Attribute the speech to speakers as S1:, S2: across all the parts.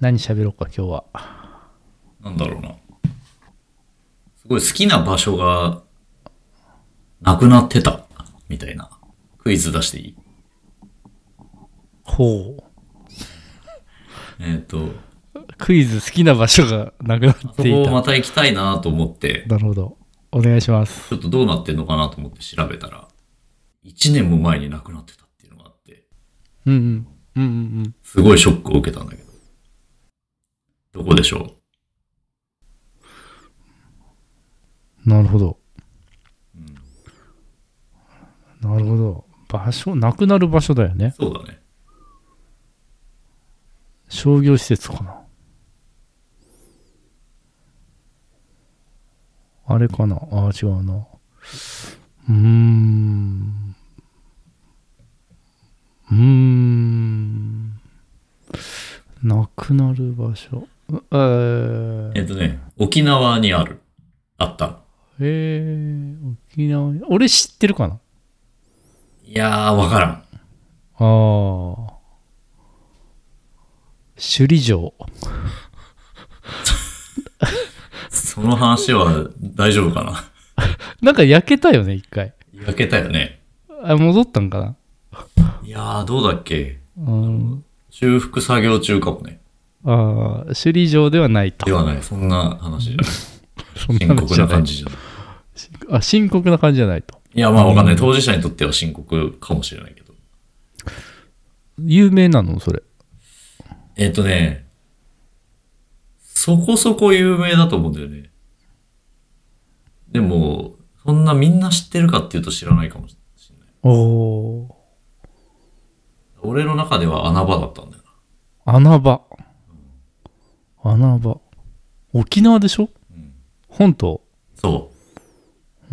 S1: 何喋ろうか今日は
S2: なんだろうな。すごい好きな場所が、なくなってた、みたいな。クイズ出していい
S1: ほ
S2: えっ、と、
S1: うクイズ好きな場所がなくなっ
S2: そ
S1: て
S2: こ
S1: い
S2: を
S1: た
S2: また行きたいなと思って、
S1: なるほどお願いします
S2: ちょっとどうなってんのかなと思って調べたら、1年も前になくなってたっていうのがあって、
S1: うんうんうんうんうん
S2: すごいショックを受けたんだけど。どこでしょ
S1: なるほど
S2: う、うん、
S1: なるほど場所なくなる場所だよね
S2: そうだね。
S1: 商業施設かなあれかなああ違うなうーんうーんなくなる場所うえー、
S2: えっ、とね、沖縄にある。あった。
S1: えー、沖縄に俺知ってるかない
S2: やー、わからん。
S1: ああ首里城
S2: その話は大丈夫かな
S1: なんか焼けたよね一回
S2: 焼けたよね。
S1: あ戻ったんかない
S2: やー、どうだっけ
S1: うん
S2: 修復作業中かもね。
S1: ああ、首里城ではないと。
S2: ではない。そんな話じゃない。
S1: そんな
S2: 深
S1: の
S2: 刻
S1: じゃ
S2: ない感。じじゃない。
S1: あ、深刻な感じじゃないと。
S2: いや、まあわかんない。当事者にとっては深刻かもしれないけど。
S1: 有名なのそれ。
S2: えっ、とね、そこそこ有名だと思うんだよね。でも、そんなみんな知ってるかっていうと知らないかもしれない。
S1: おお
S2: 俺の中では穴場だったんだよな。
S1: ー。穴場。穴場。沖縄でしょ
S2: うん
S1: 本島。
S2: そ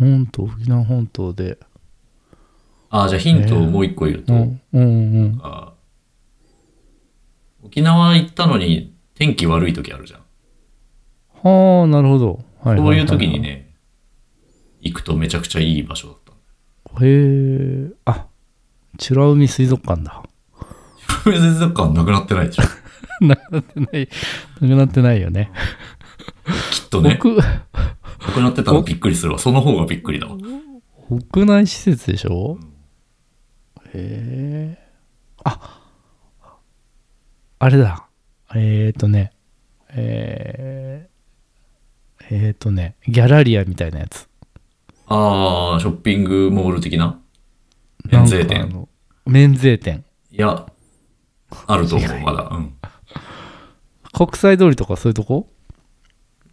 S2: う。
S1: 本島、沖縄本島で。
S2: ああ、じゃあヒントをもう一個言うと、
S1: うん、うん、うん。
S2: あー沖縄行ったのに天気悪い時あるじゃん。
S1: はあ、なるほど。はい
S2: そういう時
S1: は
S2: に
S1: は
S2: ね、行くとめちゃくちゃいい場所だった。
S1: へえ。あ、美ら海水族館だ。
S2: 全然なんかなくなってないでしょ。
S1: なくなってない、なくなってないよね。
S2: きっとね。
S1: 僕、
S2: なくなってたらびっくりするわ。その方がびっくりだわ。
S1: 屋内施設でしょ、へえああれだえっ、ー、とねえー、えー、とねギャラリアみたいなやつ
S2: ああ、ショッピングモール的な免
S1: な
S2: 税
S1: んか
S2: 店。
S1: あの免税店
S2: いや、あると思う、まだ。うん。
S1: 国際通りとかそういうとこ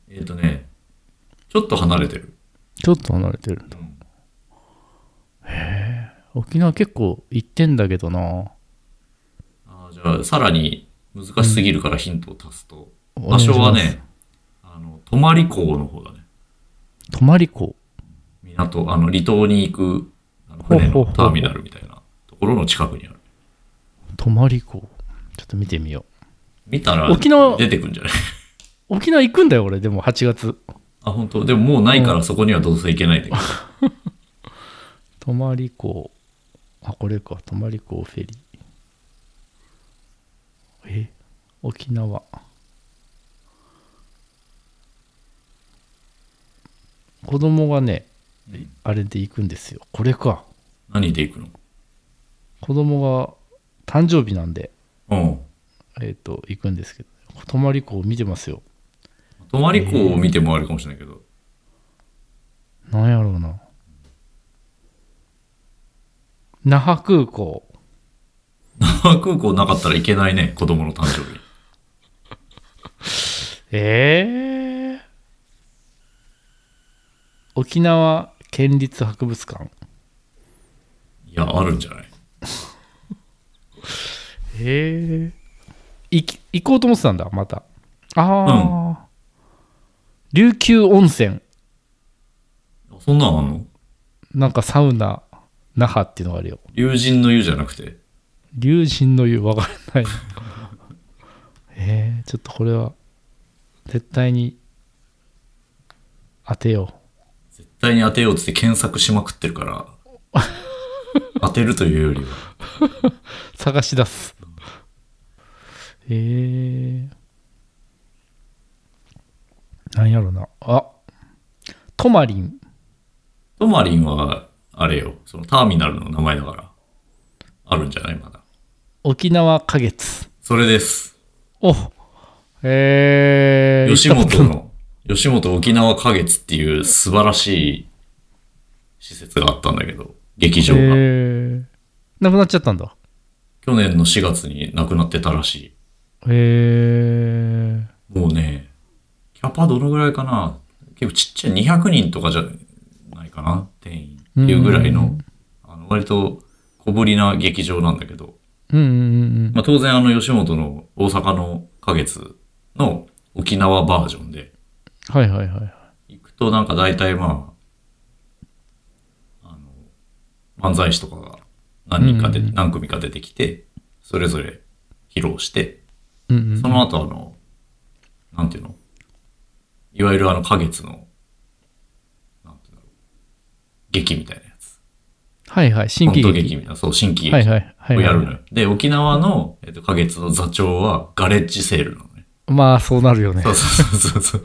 S2: えっ、とね、ちょっと離れてる。
S1: ちょっと離れてるんだ沖縄結構行ってんだけどな
S2: あーじゃあ、さらに難しすぎるからヒントを足すと。
S1: お願
S2: 場
S1: いし
S2: 所
S1: ます
S2: はね、あの、泊港の方だね。
S1: 泊港
S2: 港、あの、離島に行く、あの船
S1: ほうほう
S2: の
S1: ほう
S2: ターミナルみたいなところの近くにある。
S1: 泊港ちょっと見てみよ
S2: 見たら
S1: 沖縄
S2: 出てくんじゃない
S1: う沖縄行くんだよ俺でも8月
S2: あ、本当でももうないからそこにはどうせ行けないんだけど。
S1: 泊まり港あこれか泊まり港フェリーえ沖縄子供がね
S2: うん
S1: あれで行くんですよこれか
S2: 何で行くの
S1: 子供が誕生日なんで
S2: うん。
S1: えっ、と行くんですけど泊まり港見てますよ
S2: 泊まり港を見てもあるかもしれないけど、
S1: なんやろうな那覇空港
S2: 空港なかったらいけないね、子供の誕生日。
S1: ええ沖縄県立博物館
S2: いや、あるんじゃない
S1: ええ行こうと思ってたんだまたああ、琉球温泉
S2: そんなんあんの
S1: なんかサウナ那覇っていうのがあるよ
S2: 友人の湯じゃなくて。
S1: 龍神の湯わからない ええちょっとこれは絶対に当てよ
S2: 絶対に当てようっつって検索しまくってるから、 当てるというよりは。
S1: う探し出すええなんやろな。あトマリン。
S2: トマリンは、あれよ、そのターミナルの名前だから、あるんじゃないまだ。
S1: 沖縄花月。
S2: それです。
S1: おえー、
S2: 吉
S1: 行ったこと
S2: 本
S1: ない
S2: の、吉本沖縄花月っていう素晴らしい施設があったんだけど、劇場が。
S1: えー、なくなっちゃったんだ。
S2: 去年の4月に亡くなってたらし
S1: えー、
S2: い。もうね、キャパどのぐらいかな結構ちっちゃい200人とかじゃないかな定員っていうぐらいの、あの割と小ぶりな劇場なんだけど、
S1: うんうんうん
S2: まあ、当然あの吉本の大阪の花月の沖縄バージョンで
S1: うん。はいはいはい。
S2: 行くとなんか大体まあ、あの、漫才師とかが何人かで、
S1: うんうん
S2: 何組か出てきて、それぞれ披露して、
S1: うんうん、
S2: その後あの、なんていうのいわゆるあの、花月の、なんていうんだろう。劇みたいなやつ。
S1: はいはい。新
S2: コ
S1: 規
S2: ント
S1: 劇。
S2: 劇みたいな、そう、新規劇
S1: はいはいはい、
S2: を
S1: はい
S2: やるのよ。で、沖縄の、えっと、花月の座長はガレッジセールなのね。
S1: まあそうなるよね
S2: そ。うそうそうそう。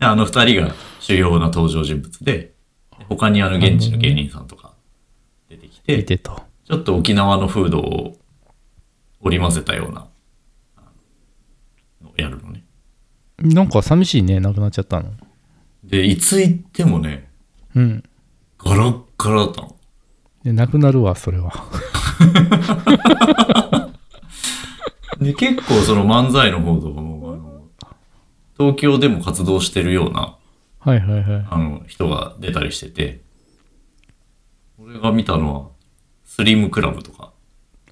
S2: であの二人が主要な登場人物で、で他にあの、現地の芸人さんとか出てき
S1: 見
S2: て、
S1: てと。
S2: ちょっと沖縄の風土を織り交ぜたような、あののをやるのね。
S1: なんか寂しいね、なくなっちゃったの。
S2: で、いつ行ってもね、
S1: うん。
S2: ガラッガラだったの。
S1: でなくなるわ、それは。
S2: で、結構その漫才の方とかも、あの、東京でも活動してるような、
S1: はいはいはい。
S2: あの、人が出たりしてて、俺が見たのは、スリムクラブとか、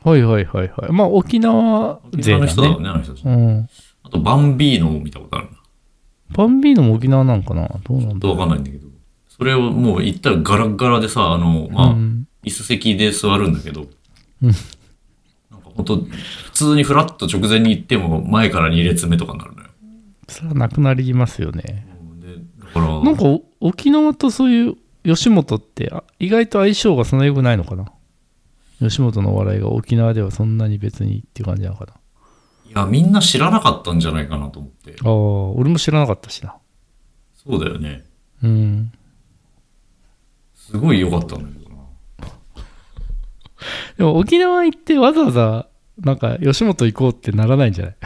S1: はいはいはいはい。まあ沖縄
S2: 沖
S1: 勢
S2: 縄の
S1: だ
S2: 人だ
S1: ね
S2: よ。ね、あの人たち。
S1: うん。
S2: あと、バンビーノを見たことあるな。
S1: バンビーノも沖縄なんかなどうなん
S2: 本
S1: だ
S2: 当わかんないんだけど。それをもう行ったらガラッガラでさ、あの、まあ、
S1: うん
S2: 椅子席で座るんだけど、
S1: うん
S2: なんか本当普通にフラッと直前に行っても、前から2列目とかになるのよ。
S1: それはなくなりますよね。
S2: で、だから、
S1: なんかお沖縄とそういう吉本ってあ意外と相性がそんな良くないのかな吉本のお笑いが沖縄ではそんなに別にっていう感じなのかない
S2: や、みんな知らなかったんじゃないかなと思って。
S1: ああ、俺も知らなかったしな。
S2: そうだよね。
S1: うん。
S2: すごい良かったんだけどな。
S1: でも沖縄行ってわざわざなんか吉本行こうってならないんじゃない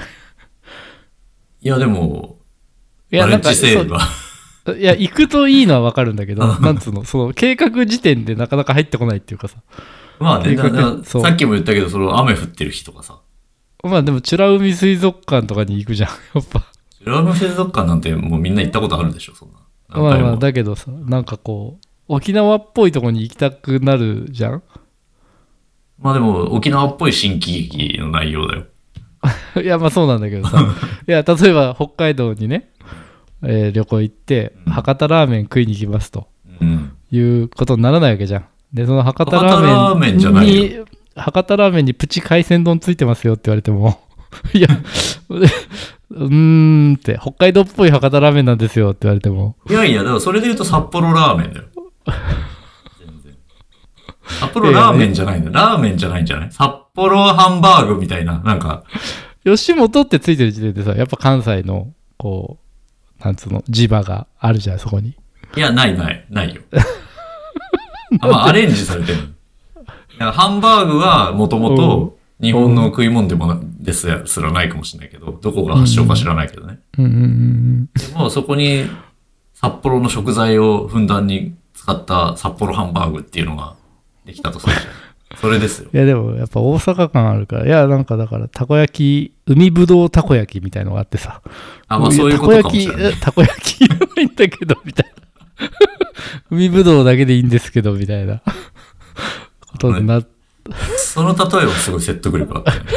S2: いや、でも、
S1: い
S2: バレ
S1: なん
S2: ッジセールが。
S1: そういや行くといいのはわかるんだけどなんつうのその計画時点でなかなか入ってこないっていうかさ
S2: まあね、だだ
S1: そう
S2: さっきも言ったけど、その雨降ってる日とかさ。
S1: まあでも美ら海水族館とかに行くじゃんやっぱ
S2: シュラム水族館なんてもうみんな行ったことあるでしょ、そんな。何
S1: まあ
S2: 回
S1: まあ
S2: も。
S1: だけどさなんかこう沖縄っぽいとこに行きたくなるじゃん
S2: まあでも、沖縄っぽい新喜劇の内容だよ。
S1: いやまあそうなんだけど さいや例えば北海道にね、えー旅行行って
S2: うん
S1: 博多ラーメン食いに行きますと
S2: うん。
S1: いうことにならないわけじゃんでその博多ラーメンに
S2: 博多ラーメンじゃない
S1: 博多ラーメンにプチ海鮮丼ついてますよって言われても いやうーんって北海道っぽい博多ラーメンなんですよって言われても
S2: いやいや、だからそれで言うと札幌ラーメンだよ。全然。札幌ラーメンじゃないんだよ。ラーメンじゃないんじゃない札幌ハンバーグみたいな、なんか、
S1: 吉本ってついてる時点でさやっぱ関西のこうなんつうの磁場があるじゃんそこに
S2: いや、ないない、 ないよ。あまあ、アレンジされてる。いやハンバーグはもともと日本の食い物でもなですらすらないかもしれないけど、どこが発祥か知らないけどね。
S1: うんうんうんうん
S2: でもそこに札幌の食材をふんだんに使った札幌ハンバーグっていうのができたとするじゃん。それですよ。
S1: いやでもやっぱ大阪感あるからいやなんかだからたこ焼き海ぶどうたこ焼きみたいのがあってさ
S2: あ、まあそういうことかもしれない。
S1: たこ焼きえたこ焼きいらないんだけどみたいな海ぶどうだけでいいんですけどみたいなことになっ
S2: その例えはすごい説得力あったよね。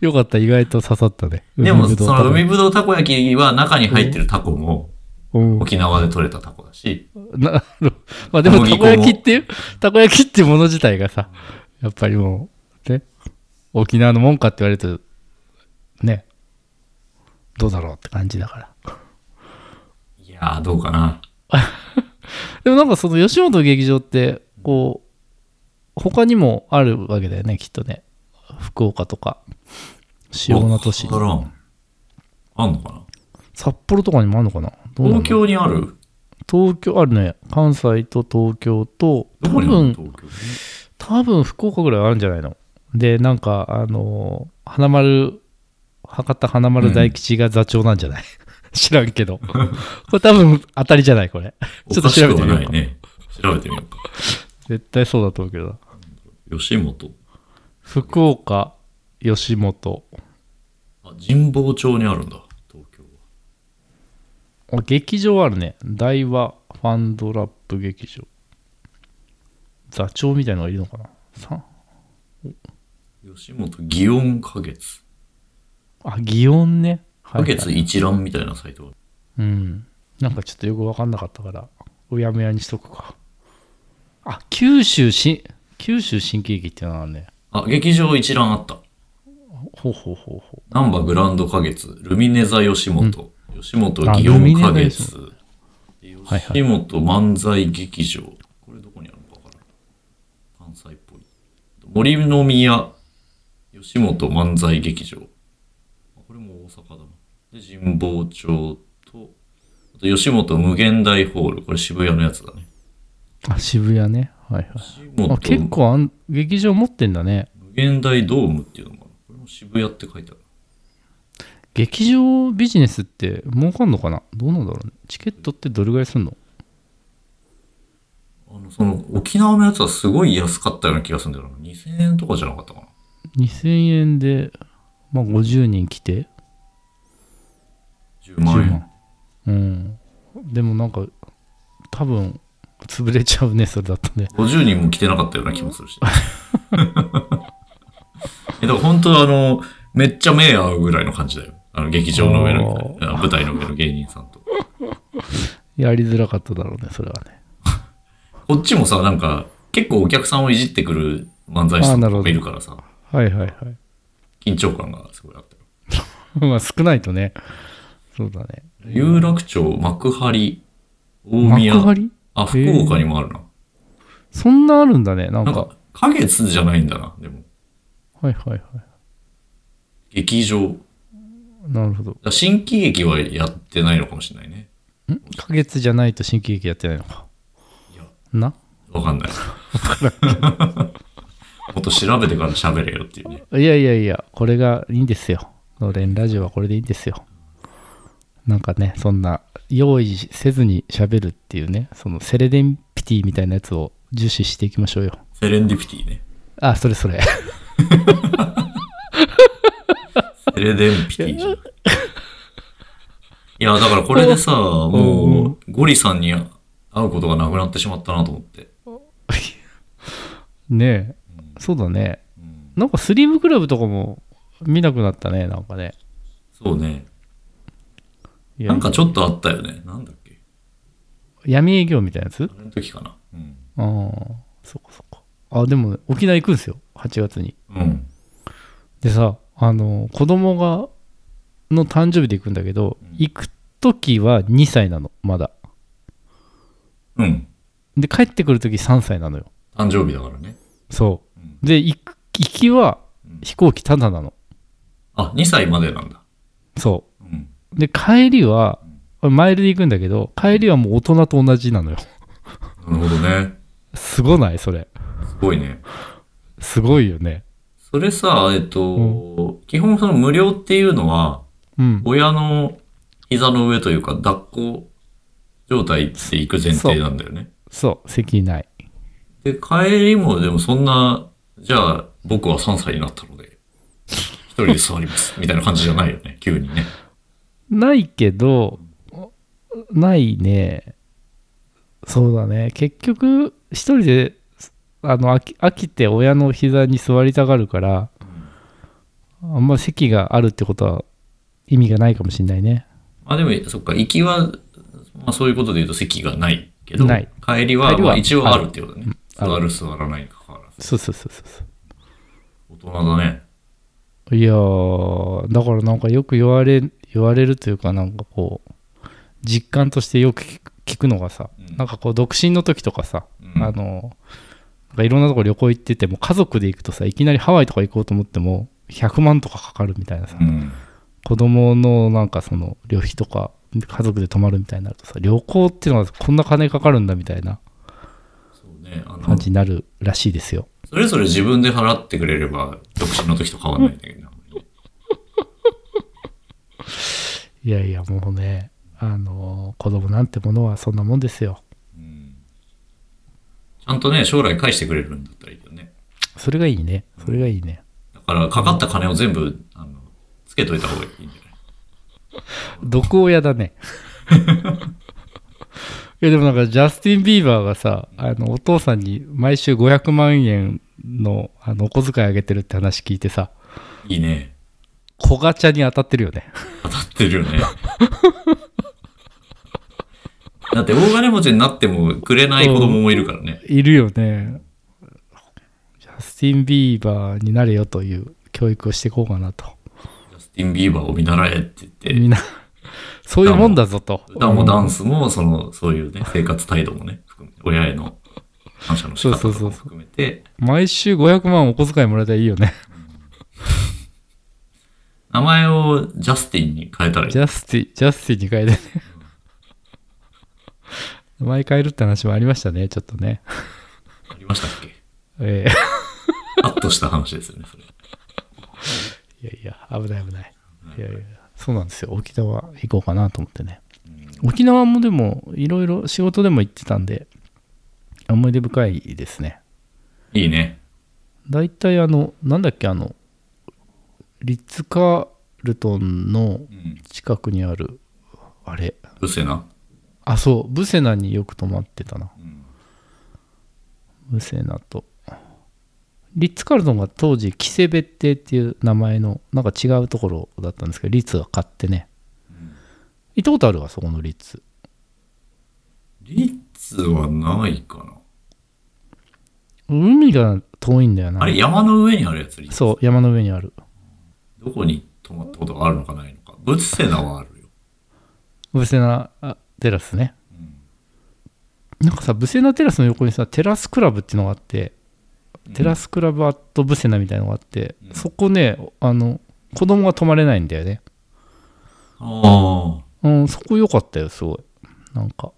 S1: よかった意外と刺さったね
S2: でも、
S1: ぶどう
S2: そ
S1: たこ
S2: の海
S1: 焼き
S2: ぶどうたこ焼きは中に入ってるタコも
S1: うん
S2: 沖縄で採れたタコだし、
S1: なまあでも
S2: 小
S1: た
S2: 麦粉も
S1: こ焼きっていうたこ焼きっていうもの自体がさやっぱりもうね沖縄のもんかって言われるとねどうだろうって感じだから
S2: いやーどうかな。
S1: でもなんかその吉本劇場ってこう他にもあるわけだよねきっとね福岡とか主要な都市
S2: わからんあんのかな
S1: 札幌とかにもあるのかなどうなの
S2: 東京にある
S1: 東京あるね関西と東京と
S2: ど
S1: 多
S2: こにある
S1: 分
S2: 東京
S1: 多分福岡ぐらいあるんじゃないのでなんかあのー花丸博多花丸大吉が座長なんじゃない、 知らんけど これ多分当たりじゃないこれ
S2: お
S1: ちょっと
S2: かし
S1: 調
S2: く
S1: べて
S2: は
S1: みよう
S2: な
S1: か
S2: いね。調べてみようか。
S1: 絶対そうだと思うけどな
S2: 吉本。
S1: 福岡吉本
S2: あ、神保町にあるんだ。東京は。
S1: あ劇場あるね大和ファンドラップ劇場座長みたいのがいるのかなさ
S2: 吉本祇園花月。
S1: あ祇園ねは
S2: 花
S1: いはい
S2: 月一覧みたいなサイトが
S1: うんなんかちょっとよく分かんなかったからうやむやにしとくかあ九州新九州新喜劇っていうのがあるね
S2: あるあ、劇場一覧あった。
S1: ほうほうほうほ
S2: 難波グランド花月、ルミネ座吉本、吉本
S1: あ
S2: 祇
S1: ルミネ
S2: 園
S1: 座
S2: 花
S1: 吉
S2: 月、
S1: はいはい
S2: 吉本漫才劇場、これどこにあるのかわからん。関西っぽい。森の宮、吉本漫才劇場。あこれも大阪だな。で、神保町と、あと吉本無限大ホール、これ渋谷のやつだね。
S1: うあ渋谷ねはいはい
S2: 吉
S1: あ結
S2: 本
S1: 構あん劇場持ってんだね
S2: 無限大ドームっていうのもある。これも渋谷って書いてある。
S1: 劇場ビジネスって儲かんのかなどうなんだろうねチケットってどれぐらいすんの
S2: あの、その、沖縄のやつはすごい安かったような気がするんだよな。2000円とかじゃなかったかな。
S1: 2000円で、まあ、50人来て
S2: 10万円。
S1: うんでもなんか多分潰れちゃうねそれだとね
S2: 50人も来てなかったような気もするし。え、だから本当あの、めっちゃ目合うぐらいの感じだよ。あの、劇場の上の、あ舞台の上の芸人さんと。
S1: やりづらかっただろうねそれはね
S2: こっちもさ、なんか、結構お客さんをいじってくる漫才師さんとかいるからさ、
S1: はいはいはい
S2: 緊張感がすごいあったよ。
S1: まあ少ないとねそうだね
S2: 有楽町、幕張、大宮
S1: 幕、張
S2: あ、福岡にもあるな。
S1: そんなあるんだねなん
S2: な
S1: か
S2: んか、花月じゃないんだな、でも。
S1: はいはいは
S2: 劇場。
S1: いなるほど
S2: だから新喜劇はやってないのかもしれないね。
S1: ん花月じゃないと新喜劇やってないのか
S2: いや
S1: な
S2: わかんない。もっと調べてから喋れよっていうね。
S1: いやいやいやこれがいいんですよのれんラジオはこれでいいんですよなんかねそんな用意せずに喋るっていうねそのセレデンピティみたいなやつを重視していきましょうよ
S2: セレンディピティね。
S1: あそれそれ
S2: セレデンピティじゃん。いや、だからこれでさ、もう、ゴリさんに会うことがなくなってしまったなと思って。
S1: ねえそうだねなんかスリムクラブとかも見なくなったねなんかね
S2: そうね。
S1: いや
S2: なんかちょっとあったよね。なんだっけ。
S1: 闇営業みたいなやつ
S2: あの時かな。うん。
S1: ああそこそこあでもね沖縄行くんですよ8月に
S2: うん。
S1: でさあの子供がの誕生日で行くんだけど、
S2: うん
S1: 行く時は2歳なのまだ
S2: うん。
S1: で帰ってくる時3歳なのよ
S2: 誕生日だからね。
S1: そ
S2: うん
S1: うで行く行きは
S2: うん
S1: 飛行機タダなの
S2: あ、2歳までなんだ。
S1: そ
S2: うん。
S1: うで帰りはマイルで行くんだけど帰りはもう大人と同じなのよ
S2: なるほどね。
S1: すごないそれ
S2: すごいね。
S1: すごいよね
S2: それさ、えっと、基本その無料っていうのは、
S1: うん
S2: 親の膝の上というか、抱っこ状態で行く前提なんだよね。
S1: そう席ない
S2: で、帰りもでもそんな、じゃあ僕は3歳になったので、一人で座 ります、みたいな感じじゃないよね、急にね。
S1: ないけどないねそうだね結局一人であの飽き飽きて親の膝に座りたがるからあんま席があるってことは意味がないかもしれないね
S2: まあでも、そっか、行きは、まあそういうことで言うと席がないけど、
S1: ない
S2: 帰り
S1: 帰
S2: は
S1: りは
S2: まあ一応あるってことだね。
S1: ある
S2: 座る、座らないにかかわらず。
S1: そうそうそうそうそ
S2: 大人だね。
S1: ういやーだからなんかよく言われ言われるというかなんかこう実感としてよく聞く聞くのがさ、
S2: うん
S1: なんかこう独身の時とかさ、
S2: うん
S1: あのなんかいろんなとこ旅行行ってても家族で行くとさいきなりハワイとか行こうと思っても100万とかかかるみたいなさ、
S2: うん。
S1: 子供のなんかその旅費とか家族で泊まるみたいになるとさ旅行ってのはこんな金かかるんだみたいな
S2: そうね。あの
S1: 感、じになるらしいですよ。
S2: それぞれ自分で払ってくれれば、独身の時と変わんないんだけどな。
S1: いやいやもうねあの子供なんてものはそんなもんですよ。
S2: うんちゃんとね、将来返してくれるんだったらいいよね。
S1: それがいいねそれがいいね。
S2: だから、かかった金を全部、あの、つけといた方がいいんじゃない
S1: 毒親だ ね。いやでもなんかジャスティン・ビーバーがさあのお父さんに毎週500万円のあのお小遣いあげてるって話聞いてさ
S2: いいね。
S1: 小ガチャに当たってるよね。
S2: 当たってるよ ね。だって、大金持ちになってもくれない子供もいるからね。
S1: いるよね。ジャスティン・ビーバーになれよという教育をしていこうかなと。
S2: ジャスティン・ビーバーを見習えって
S1: み
S2: 言って、
S1: んな、そういうもんだぞと。
S2: 歌もダ
S1: うん
S2: ンスも、その、そういうね、生活態度もね、含めて、親への感謝の仕方とかも含めて、
S1: 毎週500万お小遣いもらえたらいいよね。
S2: 名前をジャスティンに変えたらいい
S1: ジ。ャスティ、ジャスティに変えてね。名前変えるって話もありましたね、ちょっとね。
S2: ありましたっけ
S1: ええ
S2: カットした話ですよね、それ。
S1: いやいや、危ない危ない。いやいや、そうなんですよ。沖縄行こうかなと思ってね。沖縄もでも、いろいろ仕事でも行ってたんで、思い出深いですね。
S2: いいね。
S1: 大体あのなんだっけあのリッツ・カールトンの
S2: うん。
S1: 近くにあるあれ
S2: うせな。
S1: あそうブセナによく泊まってたな
S2: うん。
S1: ブセナとリッツ・カールトンが当時キセベッテっていう名前のなんか違うところだったんですけどリッツが買ってね行ったことあるわそこのリッツ
S2: リッツはないかな。
S1: 海が遠いんだよな
S2: あれ、山の上にあるやつリッツ
S1: そう山の上にある
S2: どこに泊まったことがあるのかないのか。ブッセナはあるよ。
S1: ブセナあテラスね、なんかさブセナテラスの横にさテラスクラブっていうのがあってテラスクラブアットブセナみたいなのがあって、
S2: うん
S1: そこねあの子供が泊まれないんだよね、
S2: あ
S1: うん、そこ良かったよすごいなんか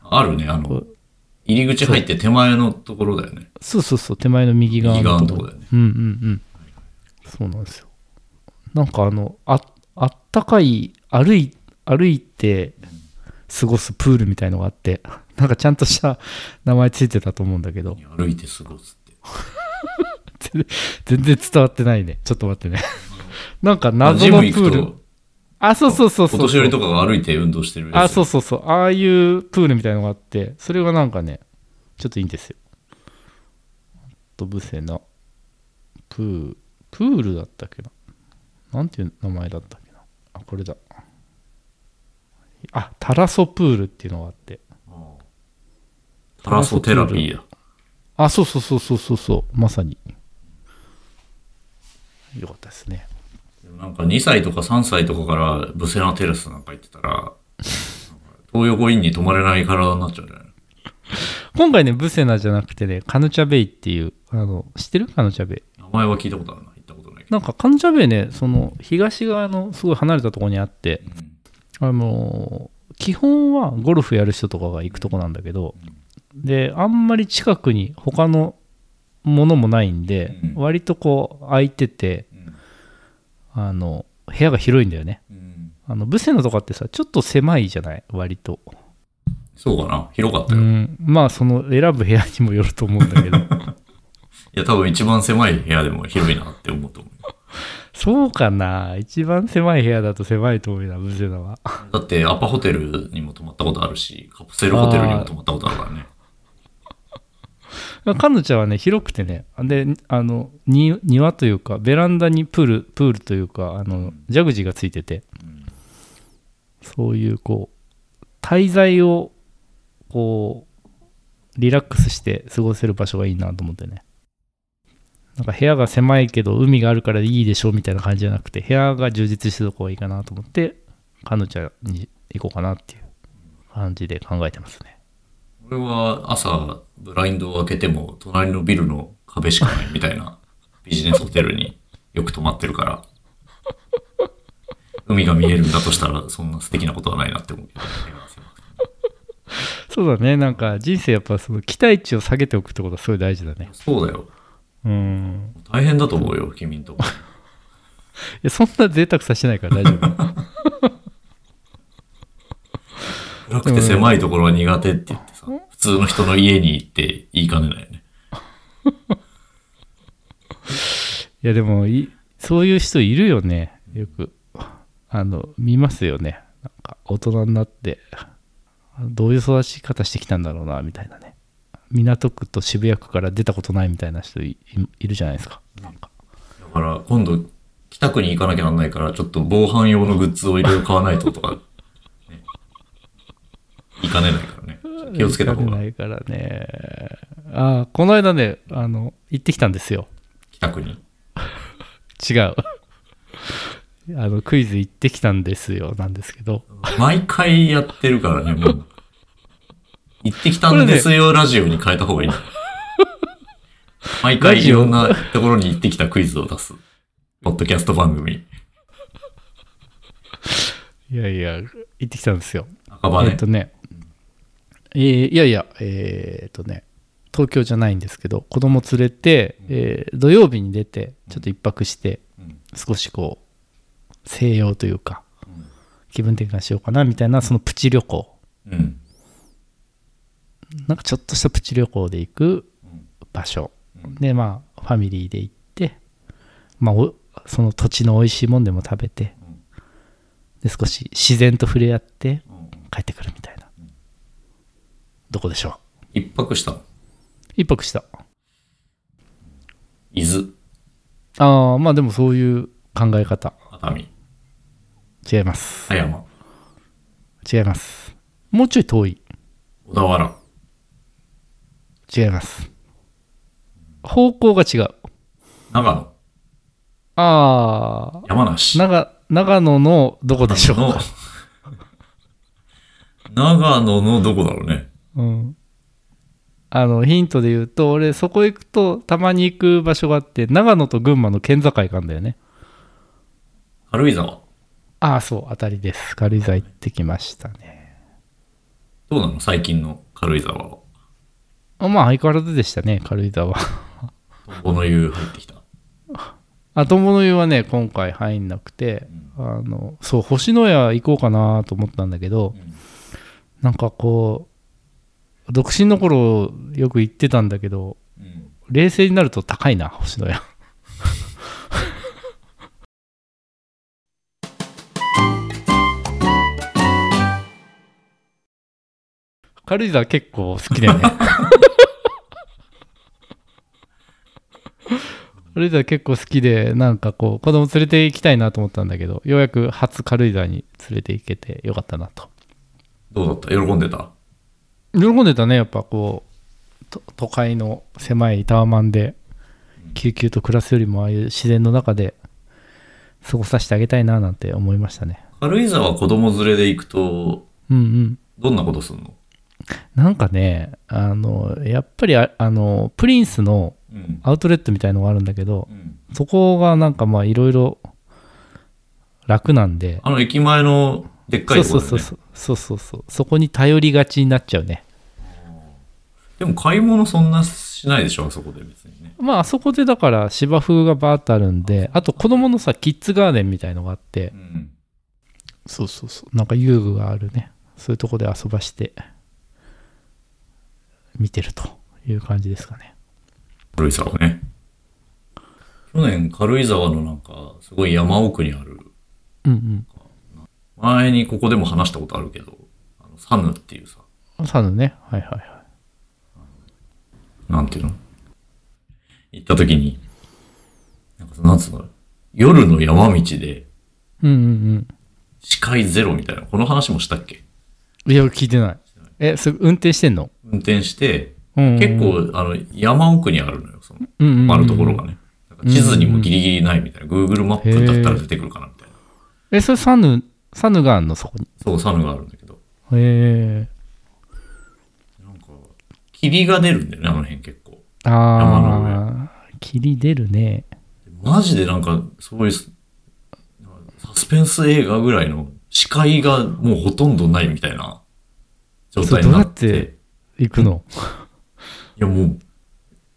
S2: あ。あるね、あ
S1: こ
S2: の
S1: う、
S2: 入り口入って手前のところだよね。
S1: そうそうそう手前の右側
S2: 右側
S1: の
S2: の
S1: と
S2: と
S1: こ
S2: こ
S1: ろ
S2: だよね。
S1: うんうんうんそうなんですよなんかあのああったかい歩い歩いて過ごすプールみたいのがあって なんかちゃんとした 名前ついてたと思うんだけど
S2: 歩いて過ごすって。
S1: 全然伝わってないね。ちょっと待ってね。なんか謎
S2: ジ
S1: の
S2: ム
S1: プ
S2: 行く
S1: ール。
S2: と、
S1: あ、そうそうそうそ
S2: お
S1: う。
S2: 年寄りとかが歩いて運動してるやつ
S1: あ、そうそうそう。ああいうプールみたいのがあって、それがなんかね、ちょっといいんですよ。あとブセナ。プール。プールだったっけな。なんていう名前だったっけな。あ、これだ。あ、タラソプールっていうのがあって。
S2: ああタラソテラピーだ。
S1: あ、そうそうそうそうそうそう。まさに。よかったですね。
S2: でもなんか2歳とか3歳とかからブセナテラスなんか行ってたら、なんか東横インに泊まれない体になっちゃうんじゃないの
S1: 今回ね、ブセナじゃなくてね、カヌチャベイっていう、あの、知ってるカヌチャベイ。
S2: 名前は聞いたことあるな。行ったことないけど。
S1: なんかカヌチャベイね、その、東側のすごい離れたところにあって、
S2: うん
S1: あの、基本はゴルフやる人とかが行くとこなんだけど、で、あんまり近くに他のものもないんで、
S2: うん
S1: 割とこう、空いてて、
S2: うん
S1: あの、部屋が広いんだよね。
S2: うん
S1: あの、ブセナとかってさ、ちょっと狭いじゃない割と。
S2: そうかな。広かった
S1: う
S2: よ。い
S1: ん。まあ、その、選ぶ部屋にもよると思うんだけど。
S2: や、多分一番狭い部屋でも広いなって思うと思う。
S1: そうかな一番狭い部屋だと狭いと思うな、ブゼナは。
S2: だって、アパホテルにも泊まったことあるし、カプセルホテルにも泊まったことあるからね。
S1: カヌチャはね、広くてね、で、あの、に庭というか、ベランダにプール、プールというか、あの、ジャグジーがついてて、
S2: うん
S1: そういう、こう、滞在を、こう、リラックスして過ごせる場所がいいなと思ってね。なんか部屋が狭いけど、海があるからいいでしょみたいな感じじゃなくて、部屋が充実してるとこがいいかなと思って、カヌチャに行こうかなっていう感じで考えてますね。
S2: 俺は朝、ブラインドを開けても、隣のビルの壁しかないみたいなビジネスホテルによく泊まってるから、海が見えるんだとしたら、そんな素敵なことはないなって思うけど。
S1: そうだねなんか人生やっぱその期待値を下げておくってことはすごい大事だね
S2: そうだよ。
S1: うん
S2: 大変だと思うよ、君んとこ。
S1: いやそんな贅沢さしてないから大丈 夫
S2: 暗くて狭いところは苦手って言ってさ、普通の人の家に行って言いかねないよね。
S1: いやでもいそういう人いるよねよくあの見ますよねなんか大人になってどういう育ち方してきたんだろうなみたいなね港区と渋谷区から出たことないみたいな人いいいるじゃないですかなんか
S2: だから、今度、北区に行かなきゃなんないから、ちょっと防犯用のグッズをいろいろ買わないととか、ね行かねないからね。気をつけた方
S1: 行かれ
S2: が、
S1: ないからねああこの間ねあの行ってきたんですよ
S2: 北区に。
S1: 違う あのクイズ行ってきたんですよなんですけど
S2: 毎回やってるからね、もう。行ってきたんですよ、ラジオに変えた方がいいんじゃない。毎回いろんなところに行ってきたクイズを出す。ポッドキャスト番組。
S1: いやいや行ってきたんですよ
S2: 赤羽。
S1: えっとね、えーいやいや、えーっとね、東京じゃないんですけど、子供連れて、えー土曜日に出て、ちょっと一泊して、
S2: うん
S1: 少しこう、西洋というか
S2: うん、
S1: 気分転換しようかなみたいな、そのプチ旅行、
S2: うん。
S1: なんかちょっとしたプチ旅行で行く場所
S2: うん
S1: で、まあ、ファミリーで行って、まあ、おその土地の美味しいもんでも食べて
S2: うん、
S1: で少し自然と触れ合って
S2: うん
S1: 帰ってくるみたいな。どこでしょう
S2: 一泊したの。
S1: 一泊した
S2: 伊豆、
S1: ああまあでもそういう考え方
S2: 熱海、
S1: 違います、
S2: 葉山、
S1: 違いますもうちょい遠い
S2: 小田原。
S1: 違います方向が違う
S2: 長野、
S1: ああ
S2: 山梨。
S1: 長長野のどこでしょ
S2: 長野の長野のどこだろうね。
S1: う、うん、あのヒントで言うと俺そこ行くとたまに行く場所があって長野と群馬の県境があるんだよね
S2: 軽井沢。
S1: ああそう当たりです軽井沢行ってきましたね
S2: どうなの最近の軽井沢は。
S1: あまあ相変わらずでしたね軽井沢は
S2: この湯入ってきた。
S1: あトンボの湯はね今回入んなくて、あのそう星のや行こうかなと思ったんだけど、
S2: うん
S1: なんかこう独身の頃よく行ってたんだけど
S2: うん
S1: 冷静になると高いな星のや 軽井沢結構好きだよね軽井沢結構好きでなんかこう子供連れて行きたいなと思ったんだけどようやく初軽井沢に連れて行けてよかったなと
S2: どうだった喜んでた
S1: 喜んでたねやっぱこうと都会の狭いタワマンで救急と暮らすよりもああいう自然の中で過ごさせてあげたいななんて思いましたね
S2: 軽井沢子供連れで行くと、
S1: うんうん
S2: どんなことすんの
S1: なんかねあのやっぱりああのプリンスの
S2: うん。
S1: アウトレットみたいのがあるんだけど
S2: うん
S1: そこがなんかまあいろいろ楽なんで
S2: あの、駅前のでっかいとこ
S1: そう
S2: ろ、ね、
S1: そうそうそうそうそうそこに頼りがちになっちゃうね
S2: でも買い物そんなしないでしょ、あそこで別にね。
S1: まああそこでだから芝生がバーッとあるんであと子供のさキッズガーデンみたいのがあって、
S2: うん。
S1: そうそうそうなんか遊具があるねそういうとこで遊ばして見てるという感じですかね
S2: 軽井沢ね。去年、軽井沢のなんか、すごい山奥にある、
S1: うん
S2: 前にここでも話したことあるけど、あのサヌっていうさ、
S1: うんサヌねはいはいは
S2: なんていうの行った時に、なんかそのなんつうの夜の山道で
S1: いうんうん
S2: 視界ゼロみたいな、この話もしたっけ
S1: うんいや聞いてないえそれ運転してんの、
S2: 運転して、
S1: うんうん、
S2: 結構、あの、山奥にあるのよ、その、
S1: うんうんうん、
S2: あるところがね。なんか地図にもギリギリないみたいな、Google マップだったら出てくるかなみたいな。
S1: えそれサヌサヌがあんのそこに
S2: そう、サヌがあるんだけど。
S1: へえ
S2: なんか、霧が出るんだよね、あの辺結構。山
S1: ああ霧出るね
S2: マジでなんか、そういう、さスペンス映画ぐらいの視界がもうほとんどないみたいな状
S1: それ
S2: 態
S1: ど
S2: に
S1: うや
S2: なっ。
S1: ってて行くの
S2: いやもう、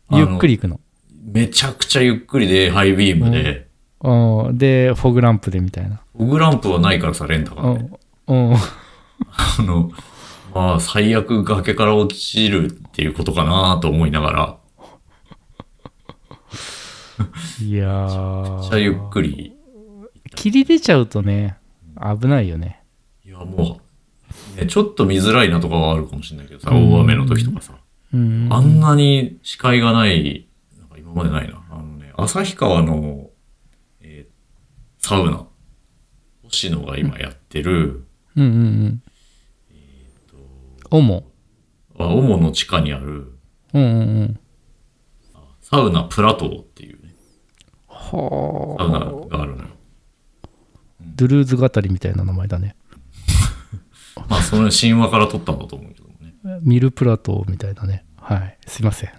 S2: あ
S1: ゆ
S2: の
S1: っくり行くの
S2: めちゃくちゃゆっくりで、ハイビームで、
S1: うんでフォグランプでみたいな
S2: フォグランプはないからさ、レンタカ
S1: う
S2: ーで。
S1: んうん
S2: あの、まあ、最悪崖から落ちるっていうことかなと思いながら、
S1: いや
S2: めっちゃゆっ
S1: ー
S2: くり。
S1: 切り出ちゃうとね危ないよね
S2: いや、もう、ね、ちょっと見づらいなとかはあるかもしれないけどさ、大雨の時とかさ、
S1: うん
S2: あんなに視界がない、なんか今までないな。あのね、旭川の、えーサウナ、星野が今やってる、
S1: うんうんうんおも
S2: あ青森の地下にある、
S1: うんうんうん
S2: サウナプラトーっていうね、
S1: はあ
S2: サウナがあるのよ。
S1: ドゥルーズ語りみたいな名前だね
S2: まあ、その神話から取ったんだと思うけどもね。
S1: ミルプラトーみたいだねはいすいません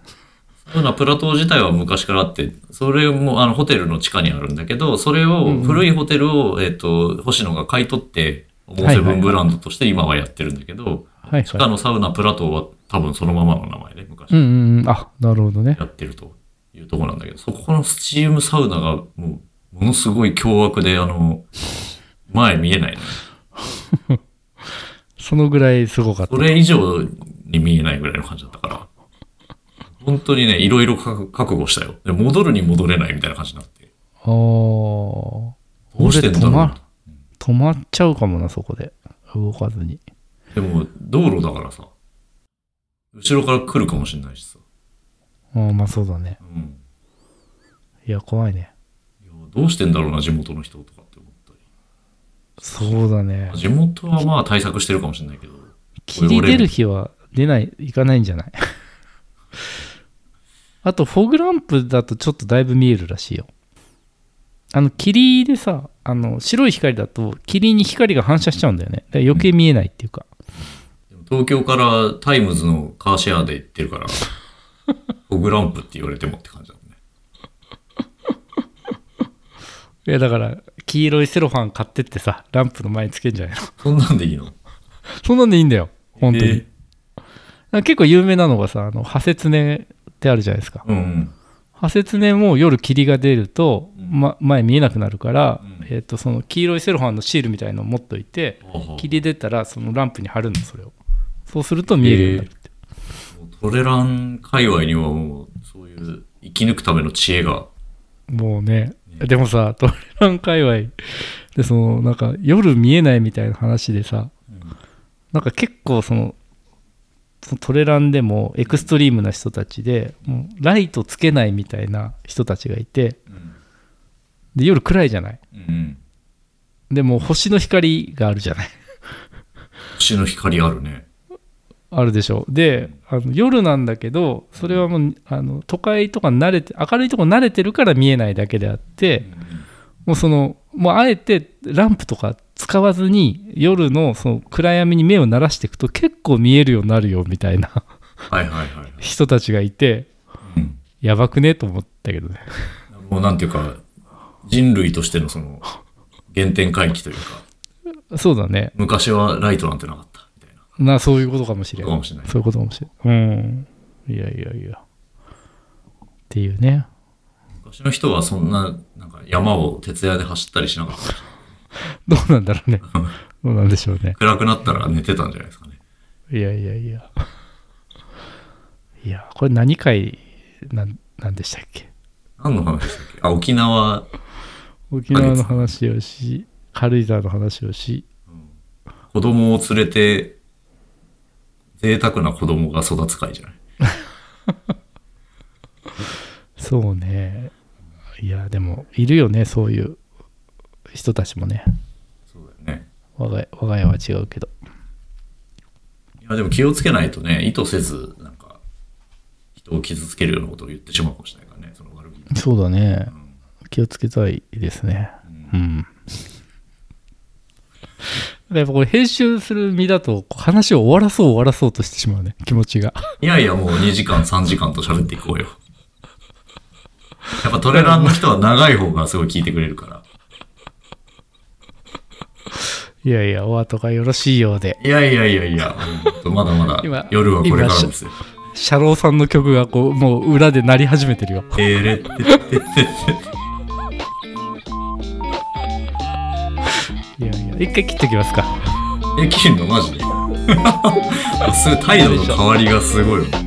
S2: サウナプラトー自体は昔からあって、それもあのホテルの地下にあるんだけど、それを、古いホテルを、えっ、と、星野が買い取って、モーセブンブランドとして今はやってるんだけど、
S1: はい
S2: 地下
S1: はい
S2: のサウナプラトーは多分そのままの名前で昔
S1: うんうんうんあなるほどね
S2: やってるというところなんだけど、そこのスチームサウナがもう、ものすごい凶悪で、あの、前見えないのよ。
S1: そのぐらいすごかった
S2: それ以上に見えないぐらいの感じだったから、本当にね、いろいろ覚覚悟したよ。で戻るに戻れないみたいな感じになって。
S1: あー
S2: どうしてんだろう
S1: 俺止まっちゃうかもなそこで動かずに
S2: でも、道路だからさ、後ろから来るかもしれないしさ。
S1: あーまあそうだね
S2: うん。
S1: いや怖いね
S2: いやどうしてんだろうな、地元の人とかって思ったり。
S1: そうだね
S2: まあ地元はまあ対策してるかもしれないけど、
S1: 切り出る日は出ない行かないんじゃない あとフォグランプだとちょっとだいぶ見えるらしいよあの霧でさあの白い光だと霧に光が反射しちゃうんだよねだから余計見えないっていうか、
S2: でも東京からタイムズのカーシェアで行ってる から、オグランプって言われてもって感じだもんね。
S1: いやだから黄色いセロファン買ってってさランプの前につけんじゃないの
S2: そんなんでいいの
S1: そんなんでいいんだよ本当に、
S2: え
S1: なんか結構有名なのがさあの破切ねってあるじゃないですか
S2: ーうんうん。
S1: 破切ねも夜霧が出ると、
S2: うん
S1: ま、前見えなくなるから、
S2: うん
S1: えっとその黄色いセロハンのシールみたいのを持っといて
S2: ほうほう
S1: 霧出たらそのランプに貼るのそれをそうすると見えるようになるって、
S2: もうトレラン界隈にはもう、そういう生き抜くための知恵が、
S1: もうね
S2: ね
S1: でもさトレラン界隈でそのなんか夜見えないみたいな話でさなんか結構そのそのトレランでもエクストリームな人たちでもうライトつけないみたいな人たちがいて
S2: うん
S1: で夜暗いじゃない
S2: うん。
S1: でもう星の光があるじゃない
S2: 星の光あるね。
S1: あるでしょであの夜なんだけどそれはもうあの都会とか慣れて明るいとこ慣れてるから見えないだけであってもうそのもうあえてランプとか使わずに夜のその暗闇に目を慣らしていくと結構見えるようになるよみたいな
S2: はいはいはいはい。
S1: 人たちがいて
S2: うん
S1: やばくねと思ったけどね
S2: もうなんていうか、人類としてのその、原点回帰というか、
S1: そうだね
S2: 昔はライトなんてなかった、みたいな
S1: なそういうことかもし
S2: こ
S1: れ
S2: と
S1: な
S2: か
S1: い
S2: もしれない。
S1: そういうことかもしれないうんいやいやいやっていうね
S2: 昔の人はそんな、なんか山を徹夜で走ったりしなかった。
S1: どうなんだろうねどうなんでしょうね
S2: 暗くなったら寝てたんじゃないですかね。
S1: いやいやいや。いや、これ何回なんなんでしたっけ
S2: 何の話でしたっけあ、沖縄、
S1: 沖縄の話をし、軽井沢の話をし、
S2: 子供を連れて、贅沢な子供が育つ会じゃない
S1: そうね。いや、でも、いるよね、そういう人たちもね。
S2: そうだよね。
S1: 我が家我が家は違うけど。
S2: いや、でも気をつけないとね、意図せず、なんか、人を傷つけるようなことを言ってしまうかもしれないからね、その悪気。
S1: そうだね。気をつけたいですね。うん。 やっぱこれ編集する身だとこう話を終わらそう終わらそうとしてしまうね気持ちが
S2: いやいや、もう2時間、3時間と喋っていこうよ。やっぱトレランの人は長い方がすごい聞いてくれるから。
S1: いやいや、お後がよろしいようで。
S2: いやいやいやいや、ほんとまだま
S1: 今
S2: だ夜はこれからですよ。
S1: シャローさんの曲がこう、もう裏で鳴り始めてるよ。
S2: えーれってってって
S1: いやいや、一回切ってきますか。
S2: え、切るのマジですごい態度の変わりがすごいわ。